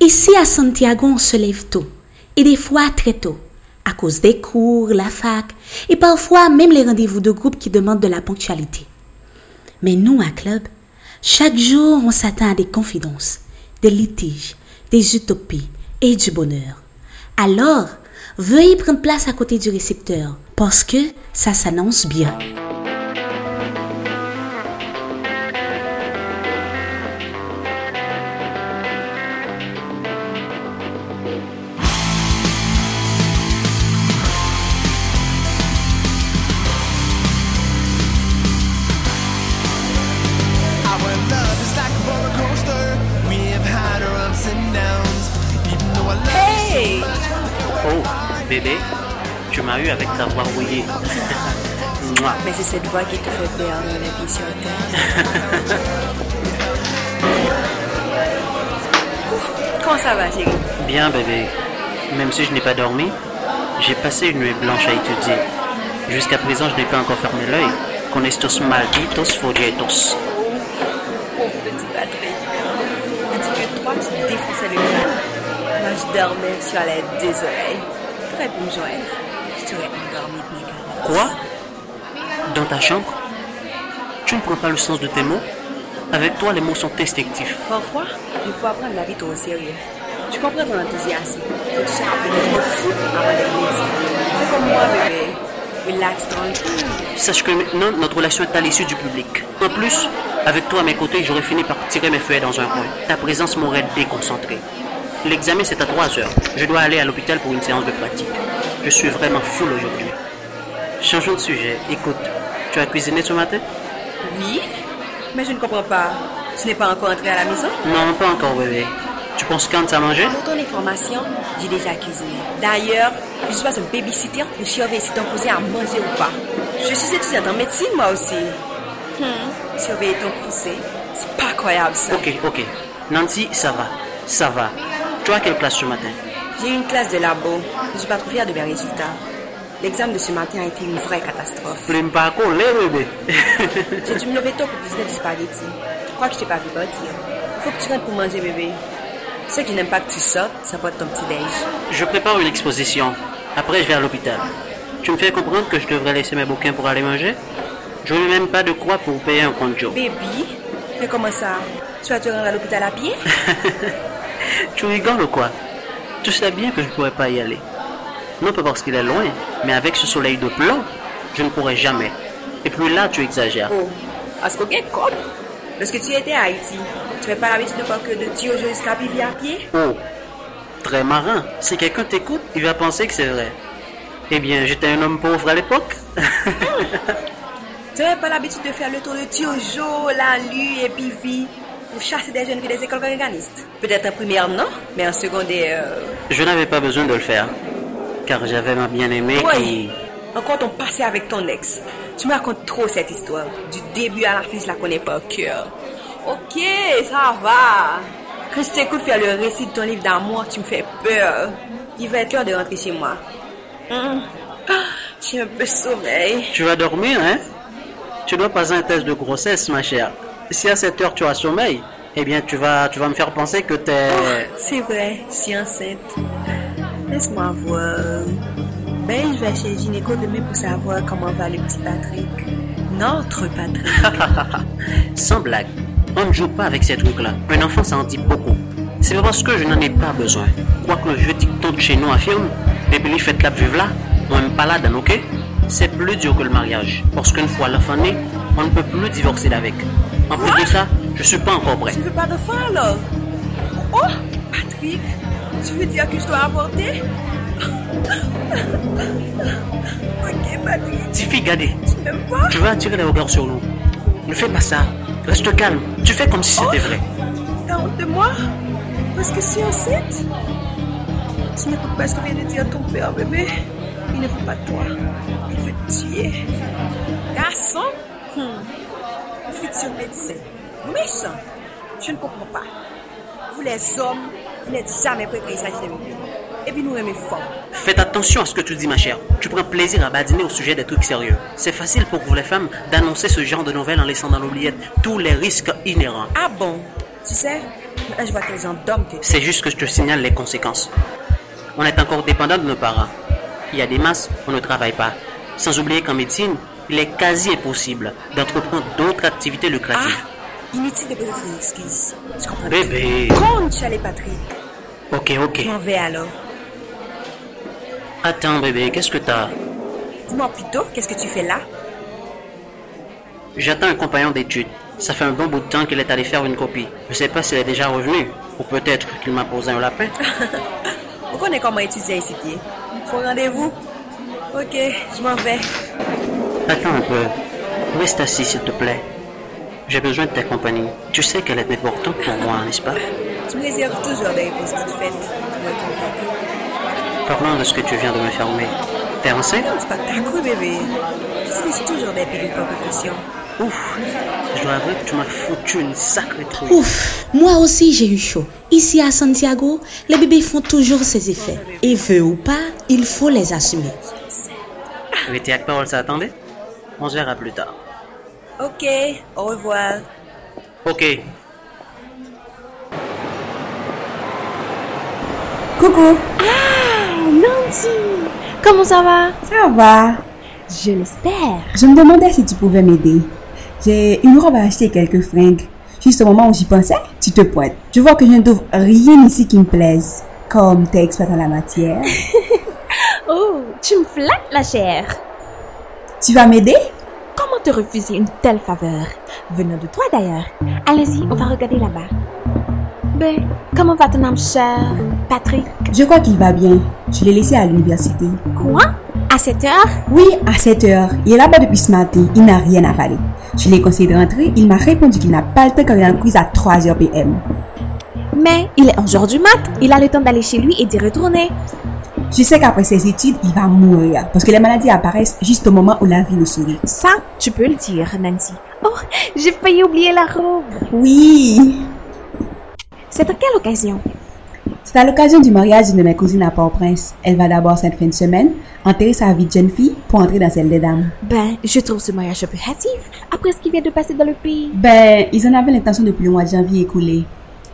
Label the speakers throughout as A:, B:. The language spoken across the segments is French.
A: Ici à Santiago, on se lève tôt, et des fois très tôt, à cause des cours, la fac, et parfois même les rendez-vous de groupe qui demandent de la ponctualité. Mais nous, à Club, chaque jour, on s'attend à des confidences, des litiges, des utopies et du bonheur. Alors, veuillez prendre place à côté du récepteur, parce que ça s'annonce bien.
B: Our love is like a roller coaster. We have had our ups and downs. Even though I love
C: Hey
D: Oh, bébé, tu m'as eu avec ta voix rouillée. Mouah.
C: Mais c'est cette voix qui te fait perdre la vie sur terre. Comment ça va, chérie
D: Bien, bébé. Même si je n'ai pas dormi, j'ai passé une nuit blanche à étudier. Jusqu'à présent, je n'ai pas encore fermé l'œil. Con estos malditos folletos.
C: Pauvre Oh, petit Patrick. Il dit que toi, tu te défonçais le crâne. Moi, je dormais, je suis allée désolée. Très bon journée. Je t'aurais endormi de mes caresses.
D: Quoi Dans ta chambre Tu ne prends pas le sens de tes mots Avec toi, les mots sont instinctifs.
C: Parfois, il faut apprendre la vie trop au sérieux. Je comprends ton enthousiasme. Tu sais, peut-être trop fou avant de le dire. Fais comme moi, bébé. Relax, tranquille.
D: Sache que maintenant, notre relation est à l'issue du public. En plus, avec toi à mes côtés, j'aurais fini par tirer mes feuilles dans un coin. Ta présence m'aurait déconcentré. L'examen, c'est à 3 heures. Je dois aller à l'hôpital pour une séance de pratique. Je suis vraiment full aujourd'hui. Changeons de sujet. Écoute, tu as cuisiné ce matin
C: Oui, mais je ne comprends pas. Tu n'es pas encore entré à la maison
D: Non, pas encore, bébé. Tu penses quand ça manger
C: Pour ton information, j'ai déjà cuisiné. D'ailleurs, je suis pas un babysitter pour surveiller si ton cousin a mangé ou pas. Je suis étudiante en médecine, moi aussi. Hmm, Surveiller ton cousin, c'est pas croyable, ça.
D: Ok, ok. Nancy, ça va. Ça va. Tu as quelle classe ce matin
C: J'ai eu une classe de labo. Je suis pas trop fière de mes résultats. L'examen de ce matin a été une vraie catastrophe.
D: Prime pas les bébé.
C: J'ai dû me lever tôt pour cuisiner du spaghetti. Je crois que je t'ai pas vu partir. Il faut que tu rentres pour manger, bébé. Tu sais que je n'aime pas que tu sortes, ça porte ton petit déj.
D: Je prépare une exposition. Après, je vais à l'hôpital. Tu me fais comprendre que je devrais laisser mes bouquins pour aller manger Je n'ai même pas de quoi pour payer un conjo.
C: Baby, mais comment ça Tu vas te rendre à l'hôpital à pied
D: Tu rigoles ou quoi Tu sais bien que je ne pourrais pas y aller. Non pas parce qu'il est loin, mais avec ce soleil de plomb, je ne pourrais jamais. Et puis là, tu exagères.
C: Oh, parce qu'aucun cop. Lorsque tu étais à Haïti, tu n'avais pas l'habitude de partir de Tio jusqu'à Vivi à pied
D: Oh, très marin. Si quelqu'un t'écoute, il va penser que c'est vrai. Eh bien, j'étais un homme pauvre à l'époque.
C: Tu n'avais pas l'habitude de faire le tour de Tiojo, la Lue et Vivi pour chasser des jeunes filles des écoles organistes. Peut-être en première, non, mais en secondaire. euh,
D: je n'avais pas besoin de le faire, car j'avais ma bien-aimée qui...
C: Oui. Encore ton passé avec ton ex. Tu me racontes trop cette histoire. Du début à la fin, je la connais pas au cœur. Ok, ça va. Quand je t'écoute faire le récit de ton livre d'amour, tu me fais peur. Il va être l'heure de rentrer chez moi. Hum. Ah, J'ai un peu sommeil.
D: Tu vas dormir, hein Tu dois passer un test de grossesse, ma chère. Si à cette heure tu as sommeil, eh bien tu vas, tu vas me faire penser que t'es...
C: C'est vrai, je suis enceinte. Laisse-moi voir. Ben, je vais chez le gynéco demain pour savoir comment va le petit Patrick. Notre Patrick.
D: Sans blague, on ne joue pas avec ces trucs-là. Un enfant, ça en dit beaucoup. C'est pas parce que je n'en ai pas besoin. Quoique le vieux dicton de chez nous affirme, bébé, faites la vive là, on me pas là, dans ok C'est plus dur que le mariage, parce qu'une fois l'enfant né, on ne peut plus divorcer d'avec. En plus de ça, je suis pas encore prêt.
C: Tu veux pas de faire là Oh, Patrick, tu veux dire que je dois avorter Ok, Patrick,
D: Tiffy, regardez,
C: tu m'aimes pas
D: tu vas attirer les regards sur nous. Ne fais pas ça. Reste calme. Tu fais comme si c'était vrai.
C: T'as honte de moi Parce que je suis enceinte Tu n'écoutes pas ce que vient de dire ton père, bébé. Il ne veut pas de toi. Il veut te tuer. Garçon hmm. Le futur médecin. Méchant Je ne comprends pas. Vous les hommes, vous n'êtes jamais prêts quand il s'agit de nous. Et puis nous aimons fort.
D: Faites attention à ce que tu dis, ma chère. Tu prends plaisir à badiner au sujet des trucs sérieux. C'est facile pour vous, les femmes, d'annoncer ce genre de nouvelles en laissant dans l'oubliette tous les risques inhérents.
C: Ah bon Tu sais,
E: Là, je vois quel genre d'homme tu es.
D: C'est juste que je te signale les conséquences. On est encore dépendant de nos parents. Il y a des masses, on ne travaille pas. Sans oublier qu'en médecine, il est quasi impossible d'entreprendre d'autres activités
E: Ah,
D: lucratives.
E: inutile de poser des excuses. Je comprends.
D: Bébé.
E: Concha les Patrick.
D: Ok, ok.
E: Je m'en vais alors.
D: Attends, bébé, qu'est-ce que t'as
E: Dis-moi plutôt, qu'est-ce que tu fais là
D: J'attends un compagnon d'études. Ça fait un bon bout de temps qu'il est allé faire une copie. Je sais pas s'il est déjà revenu, ou peut-être qu'il m'a posé un lapin.
E: On connaît comment étudier ici. Faut rendez-vous. Ok, je m'en vais.
D: Attends un peu. Reste assis, s'il te plaît. J'ai besoin de ta compagnie. Tu sais qu'elle est importante pour moi, n'est-ce pas
E: Tu me réserves toujours des réponses toutes faites. Tu me comprends.
D: Parlons de ce que tu viens de me fermer. T'es enceinte
E: Non, c'est pas ta cru, bébé. Tu utilises toujours des pilules par précaution.
D: Ouf Je dois avouer que tu m'as foutu une sacrée trouille.
A: Ouf, moi aussi j'ai eu chaud. Ici à Santiago, les bébés font toujours ces effets. Et veut ou pas, il faut les assumer.
D: Mais t'es à parole, ça attendait On se verra plus tard.
E: Ok, au revoir.
D: Ok,
C: Coucou,
F: Nancy, comment ça va
C: ça va
F: Je l'espère.
C: Je me demandais si tu pouvais m'aider. J'ai une robe à acheter et quelques fringues. Juste au moment où j'y pensais, tu te pointes. Je vois que je ne trouve rien ici qui me plaise. Comme t'es expert en la matière.
F: Oh, tu me flattes la chair.
C: tu vas m'aider
F: Comment te refuser une telle faveur Venant de toi d'ailleurs. Allez-y, on va regarder là-bas. Ben, comment va ton âme chère, Patrick
C: Je crois qu'il va bien. Je l'ai laissé à l'université.
F: Quoi À cette heure
C: Oui, à 7 heures. Il est là-bas depuis ce matin. Il n'a rien avalé. Je l'ai conseillé de rentrer. Il m'a répondu qu'il n'a pas le temps car il a une quiz à 3 heures PM.
F: Mais il est 11h du mat, il a le temps d'aller chez lui et d'y retourner.
C: Je sais qu'après ses études, il va mourir parce que les maladies apparaissent juste au moment où la vie nous sourit.
F: Ça, tu peux le dire, Nancy. Oh, j'ai failli oublier la robe.
C: Oui,
F: C'est à quelle occasion
C: C'est à l'occasion du mariage d'une de mes cousines à Port-au-Prince. Elle va d'abord cette fin de semaine enterrer sa vie de jeune fille pour entrer dans celle des dames.
F: Ben, je trouve ce mariage un peu hâtif après ce qui vient de passer dans le pays.
C: Ben, ils en avaient l'intention depuis le mois de janvier écoulé,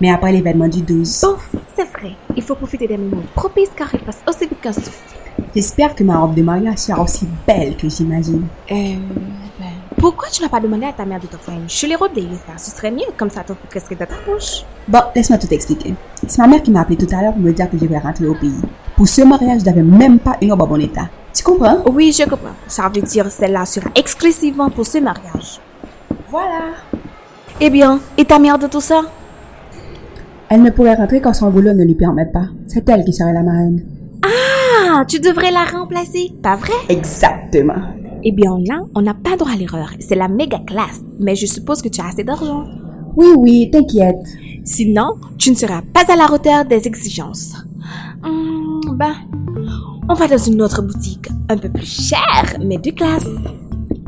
C: mais après l'événement du 12.
F: Ouf, c'est vrai. Il faut profiter des moments propices car ils passent aussi vite qu'un souffle.
C: J'espère que ma robe de mariage sera aussi belle que j'imagine.
F: Euh, ben, pourquoi tu n'as pas demandé à ta mère de t'offrir une chez les robes des ça Ce serait mieux, comme ça t'en fout presque de ta bouche.
C: Bon, laisse-moi tout expliquer. C'est ma mère qui m'a appelé tout à l'heure pour me dire que je vais rentrer au pays. Pour ce mariage, je n'avais même pas une robe en bon état. Tu comprends?
F: Oui, je comprends. Ça veut dire celle-là sera exclusivement pour ce mariage.
C: Voilà.
F: Eh bien, et ta mère de tout ça
C: Elle ne pourrait rentrer quand son boulot ne lui permet pas. C'est elle qui serait la marraine.
F: Ah, tu devrais la remplacer, pas vrai
C: Exactement.
F: Eh bien là, on n'a pas droit à l'erreur. C'est la méga classe. Mais je suppose que tu as assez d'argent.
C: Oui, oui, t'inquiète.
F: Sinon, tu ne seras pas à la hauteur des exigences. Hmm, ben, on va dans une autre boutique, un peu plus chère, mais de classe.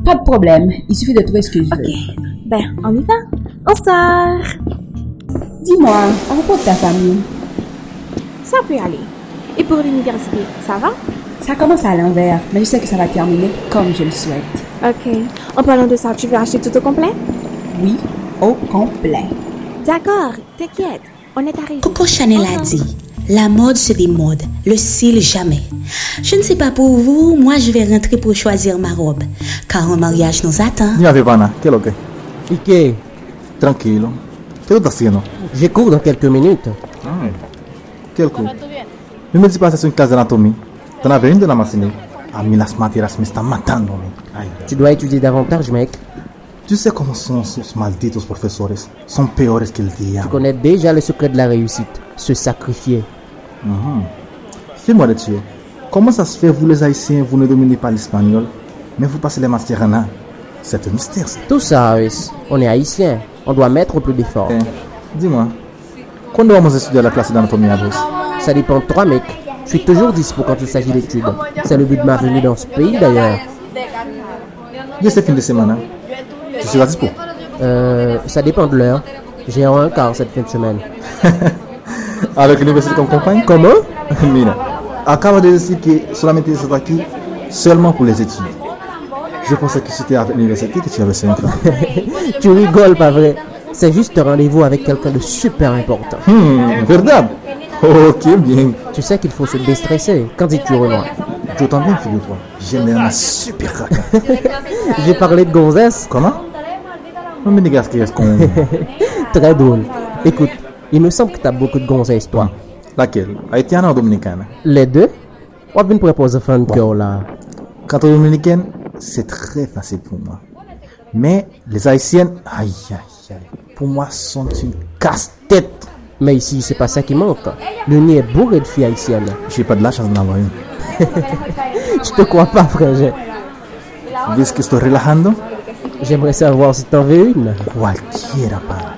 C: Pas de problème, il suffit de trouver ce que je veux.
F: Ok, ben, on y va. On sort.
C: Dis-moi, à propos de ta famille,
F: Ça peut aller. Et pour l'université, ça va
C: ça commence à l'envers, mais je sais que ça va terminer comme je le souhaite.
F: Ok. En parlant de ça, tu veux acheter tout au complet
C: Oui, au complet.
F: D'accord, t'inquiète. On est arrivé.
A: Coco Chanel a dit La mode se démode, le style jamais. Je ne sais pas pour vous, moi je vais rentrer pour choisir ma robe, car un mariage nous attend.
G: Dime, Pipana, ¿qué es lo que?
H: ¿Y qué?
G: Tranquilo. ¿Qué estás haciendo?
H: Je cours dans quelques minutes.
G: Ay, ¿Qué es lo que? No me pasa en clase de anatomía. Están abriendo la máquina. A mí las materias me están matando. me. Ay,
H: Tu dois étudier davantage, mec.
G: ¿Tú sabes cómo son esos malditos profesores? Son peores que el
H: Tu
G: diablo.
H: connais déjà le secret de la réussite. Se sacrifier.
G: Fais-moi de tuer. Comment ça se fait, vous les haïtiens, vous ne dominez pas l'espagnol, mais vous passez les matières en A? C'est un mystère, ça.
H: Tout ça, Harris. On est haïtien. On doit mettre plus d'efforts.
G: Eh, Dis-moi, quand vamos a estudiar la clase de anatomía, vos?
H: Ça dépend de toi, mec. Je suis toujours dispo quand il s'agit d'études. C'est le but de ma venue dans ce pays, d'ailleurs.
G: Y este fin de semana, tu seras dispo.
H: Euh, ça dépend de l'heure. J'ai un quart cette fin de semaine.
G: Avec l'université comme compagne?
H: Comment
G: Mira, acaba de decir que solamente estás aquí seulement pour les études. Je pensais que c'était avec l'université que tu avais cinq ans.
H: Tu rigoles, pas vrai C'est juste un rendez-vous avec quelqu'un de super important.
G: Hmm, verdade? Ok, bien.
H: Tu sais qu'il faut se déstresser quand il tue au noir.
G: D'autant bien, figure-toi. J'ai l'air d'un super craquant.
H: J'ai parlé de gonzesse.
G: Comment? Non me digas que es con...
H: Très drôle. Écoute, il me semble que t'as beaucoup de gonzesses, toi.
G: Laquelle? Haïtienne ou dominicaine?
H: Les deux On va proposer fan girl là.
G: Quant aux dominicaines, c'est très facile pour moi. Mais les haïtiennes, aïe aïe aïe, pour moi sont une casse-tête.
H: Mais ici, c'est pas ça qui manque. Le nid est bourré de filles haïtiennes.
G: J'ai pas de la chance d'en avoir une.
H: Je te crois pas, frangin.
G: ¿Ves que estoy relajando?
H: J'aimerais savoir si t'en veux une.
G: Cualquiera para.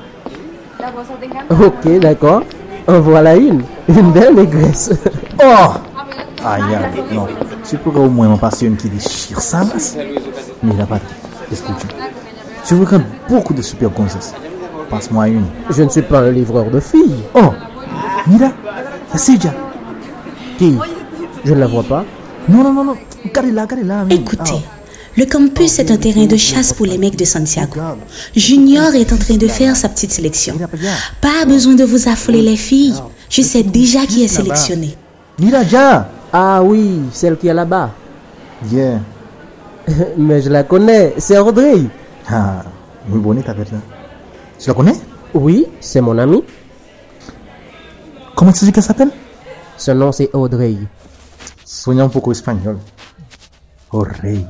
H: Ok, d'accord. En voilà une. Une belle négresse.
G: Oh! Aïe aïe, non. Tu pourrais au moins m'en passer une qui déchire ça, masse? Mira, Patrick, escucha. Tu voudrais beaucoup de super gonzesses. Passe-moi une.
H: Je ne suis pas un livreur de filles.
G: Oh! Mira, la silla.
H: Qui Je ne la vois pas.
G: Non, non, non, non. Garde-la, garde-la. mais-
A: Écoutez, le campus est un terrain de chasse pour les mecs de Santiago. Junior est en train de faire sa petite sélection. Pas besoin de vous affoler les filles. Je sais déjà qui est sélectionné.
G: Ah. Mira, ya!
H: Ah oui, celle qui est là-bas.
G: Yeah.
H: Mais je la connais, c'est Audrey.
G: Ah, muy bonita, ¿verdad? ¿Se la conoce?
H: Oui, c'est mon amie.
G: ¿Cómo se dice que se llama?
H: Son nom c'est Audrey.
G: Suena un poco espagnol. Oh, rey.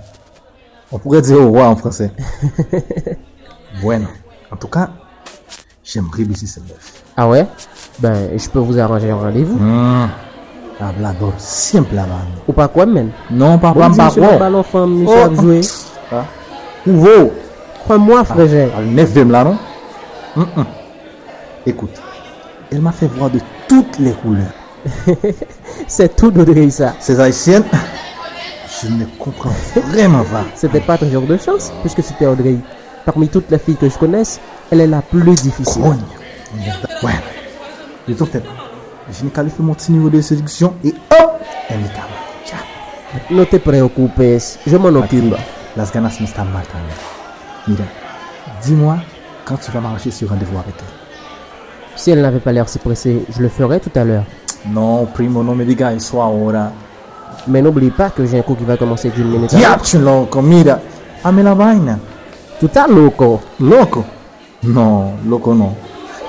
G: On pourrait dire au roi en français. bueno, en tout cas, j'aimerais baiser cette meuf.
H: Ah ouais Ben, je peux vous arranger un rendez-vous.
G: Mm. Hablador, siempre hablando.
H: Ou pas quoi, même
G: Non, pas
H: Bon,
G: pas
H: monsieur le
G: pas
H: ballon femme, nous
G: Oh.
H: savons jouer.
G: Ah. Ouvo.
H: Crois-moi, frère.
G: Elle Ah, neuf vem là, non? Hum, hum. Écoute, elle m'a fait voir de toutes les couleurs.
H: C'est tout d'Audrey, ça.
G: Ces haïtiennes, je ne comprends vraiment pas.
H: C'était pas ton jour de chance, puisque c'était Audrey. Parmi toutes les filles que je connaisse, elle est la plus difficile.
G: Cogne. Ouais. De toute tête, je n'ai qu'à lui faire mon petit niveau de séduction et oh, elle me calme. Ciao.
H: Ne te préoccupes, je m'en occupe.
G: bah. Las ganas me están matando. Mira, dis-moi quand tu vas m'arracher sur rendez-vous avec elle.
H: Si elle n'avait pas l'air si pressée, je le ferais tout à l'heure.
G: Non, primo, non me digas eso ahora.
H: Mais n'oublie pas que j'ai un coup qui va commencer d'une minute à l'autre.
G: Diablo, loco, mira. Ame la vaina.
H: Tout à loco.
G: Loco. Non, loco non.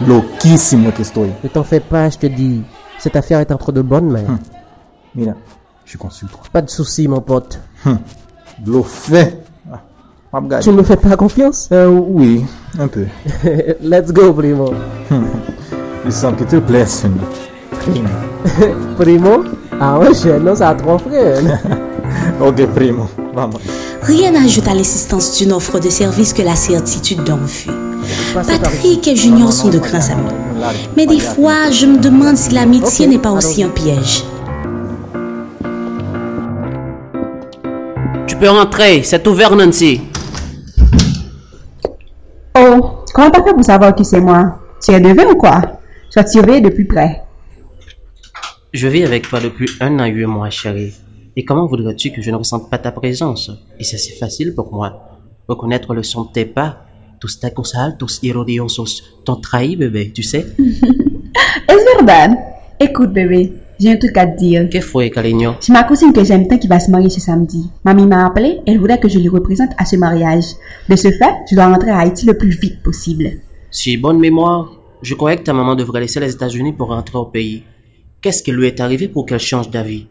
G: Loquísimo que estoy.
H: Ne t'en fais pas, je te dis. Cette affaire est entre de bonnes mains.
G: Mira, je suis conçu pour toi.
H: Pas de soucis, mon pote.
G: Lo fait. Ah, m'a regardé.
H: Tu ne me fais pas confiance
G: Euh, oui, un peu.
H: Let's go, primo.
G: Il semble que te plaise, Sunny. Primo.
H: Primo Ah ouais, je non, ça a trois frères.
G: Ok, É primo. Vamos.
A: Rien n'ajoute à l'insistance d'une offre de service que la certitude d'un refus. Patrick et
G: Non,
A: Junior
G: non,
A: sont um de
G: non,
A: grands
G: non,
A: amis.
G: non, là,
A: Mais des
G: là.
A: fois, je me demande si l'amitié
H: Ok,
A: n'est pas aussi un piège.
D: Tu peux rentrer, c'est ouvert, Nancy.
I: Oh, comment t'as fait pour savoir qui c'est moi? Tu es devin ou quoi? Je vais te surveiller de plus près.
D: Je vis avec toi depuis un an et huit mois, chérie. Et comment voudrais-tu que je ne ressente pas ta présence Et ça, c'est facile pour moi. Reconnaître le son de tes pas. Tus tacos altos y rodillosos. T'en trahi, bébé, tu sais
I: Est-ce verdad? Écoute, bébé, j'ai un truc à te dire.
D: Qu'est-ce que foi, Caligno
I: C'est ma cousine que j'aime tant qui va se marier ce samedi. Mamie m'a appelé, elle voudrait que je lui représente à ce mariage. De ce fait, je dois rentrer à Haïti le plus vite possible.
D: Si j'ai bonne mémoire, je croyais que ta maman devrait laisser les États-Unis pour rentrer au pays. Qu'est-ce qui lui est arrivé pour qu'elle change d'avis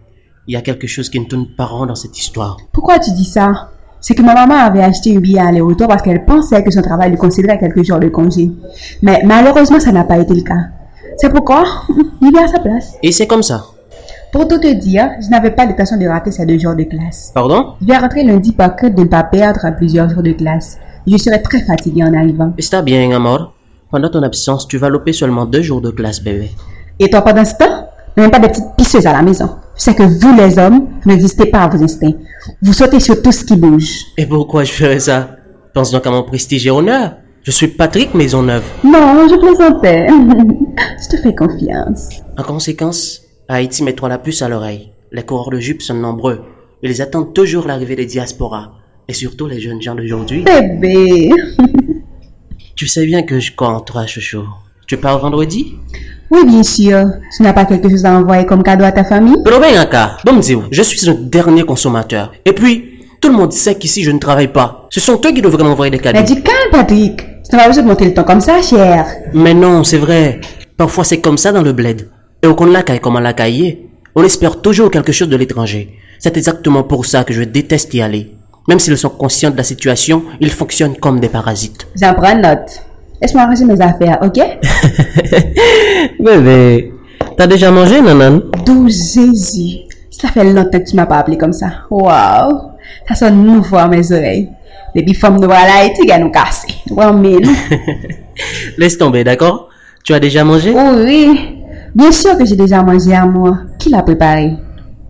D: Il y a quelque chose qui ne tourne pas rond dans cette histoire.
I: Pourquoi tu dis ça? C'est que ma maman avait acheté un billet aller-retour parce qu'elle pensait que son travail lui concéderait quelques jours de congé. Mais malheureusement, ça n'a pas été le cas. C'est pourquoi il est à sa place.
D: Et c'est comme ça.
I: Pour tout te dire, je n'avais pas l'intention de rater ces deux jours de classe.
D: Pardon
I: Je vais rentrer lundi par crainte de ne pas perdre plusieurs jours de classe. Je serai très fatiguée en arrivant.
D: Está bien, amor. Pendant ton absence, tu vas louper seulement deux jours de classe, bébé.
I: Et toi, pendant ce temps, même pas de petites pisseuses à la maison. Je sais que vous, les hommes, vous n'existez pas à vos instincts. Vous sautez sur tout ce qui bouge.
D: Et pourquoi je ferais ça Pense donc à mon prestige et honneur. Je suis Patrick Maisonneuve.
I: Non, je plaisantais. je te fais confiance.
D: En conséquence, à Haïti, mets-toi la puce à l'oreille. Les coureurs de jupe sont nombreux. Ils attendent toujours l'arrivée des diasporas. Et surtout les jeunes gens d'aujourd'hui.
I: Bébé.
D: Tu sais bien que je compte en toi, chouchou. Tu pars vendredi
I: Oui, bien sûr. Tu n'as pas quelque chose à envoyer comme cadeau à ta famille
D: Robenaka, bon Dieu, je suis un dernier consommateur. Et puis, tout le monde sait qu'ici, je ne travaille pas. Ce sont eux qui devraient m'envoyer des cadeaux.
I: Mais du calme, Patrick. Tu n'as pas besoin de monter le temps comme ça, cher.
D: Mais non, c'est vrai. Parfois c'est comme ça dans le bled. Et au compte la caille comme à la caille, on espère toujours quelque chose de l'étranger. C'est exactement pour ça que je déteste y aller. Même s'ils sont conscients de la situation, ils fonctionnent comme des parasites.
I: J'en prends note. Laisse-moi arranger mes affaires, ok
J: Bébé, t'as déjà mangé, nanan
I: Doux Jésus. Cela fait longtemps que tu m'as pas appelé comme ça. Waouh. Ça sonne nouveau à mes oreilles. Depuis femme de voilà et tu gars nous casser. Ouais, mais non.
D: Laisse tomber, d'accord Tu as déjà mangé
I: Oh oui. Bien sûr que j'ai déjà mangé à moi. Qui l'a préparé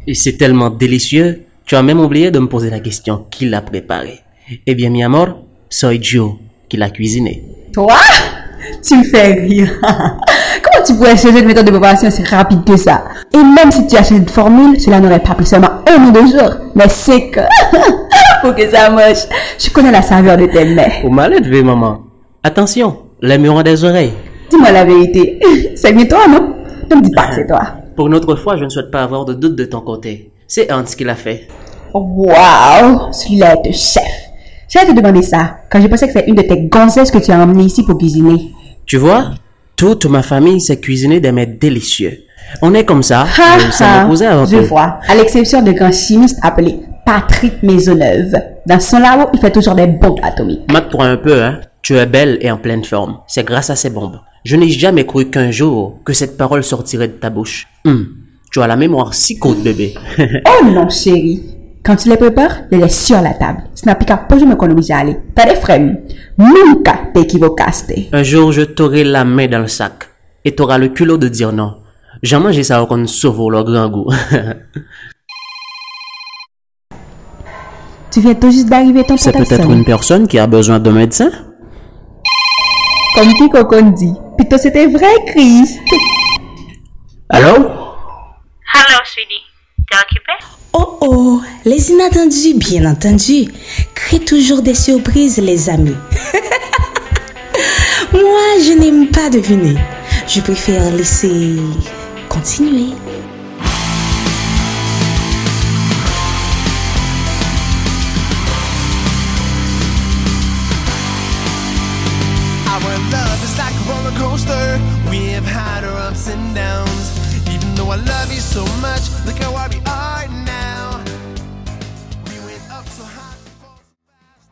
D: Et c'est tellement délicieux, tu as même oublié de me poser la question qui l'a préparé. Eh bien, mi amor, soy yo qui l'a cuisiné.
I: Toi Tu me fais rire. Comment tu pourrais changer de méthode de préparation si rapide que ça Et même si tu as changé de formule, cela n'aurait pas pris seulement un ou deux jours, mais c'est que... Pour que ça marche, je connais la saveur de tes mets.
D: Au malade, vé maman. Attention, les murons des oreilles.
I: Dis-moi la vérité. C'est bien toi, non Ne me dis pas que c'est toi.
D: Pour une autre fois, je ne souhaite pas avoir de doute de ton côté. C'est Hans qui l'a fait.
I: Waouh, celui-là est un chef. J'allais te demander ça quand je pensais que c'est une de tes gonzesses que tu as emmenée ici pour cuisiner.
D: Tu vois, toute ma famille s'est cuisinée des mets délicieux. On est comme ça,
I: Ha,
D: euh, ça
I: ha,
D: me causait un
I: Ah, je
D: peu.
I: vois. À l'exception d'un grand chimiste appelé Patrick Maisonneuve. Dans son labo, il fait toujours des bombes atomiques.
D: Mat pour un peu, hein. Tu es belle et en pleine forme. C'est grâce à ces bombes. Je n'ai jamais cru qu'un jour que cette parole sortirait de ta bouche. Hum, Tu as la mémoire si courte, bébé.
I: Oh non, chérie. Quand tu les prépares, les laisse sur la table. Ce n'est pas pour je me connais aller. T'as des frères. Nunca te equivocaste.
D: un jour, je t'aurai la main dans le sac et t'auras le culot de dire non. J'ai mangé ça au qu'on sauve le grand goût.
I: Tu viens tout juste d'arriver ton
D: C'est
I: pantalon.
D: peut-être une personne qui a besoin d'un médecin.
I: Comme qui qu'on dit. Plutôt c'était vrai, Christ.
D: Allô
K: Hello, sweetie. T'es occupé?
A: Oh oh, les inattendus, bien entendu, créent toujours des surprises, les amis. Moi, je n'aime pas deviner. Je préfère laisser continuer.
B: Our love is like a roller coaster. We've had our ups and downs. Even though I love you so much, look how I be up.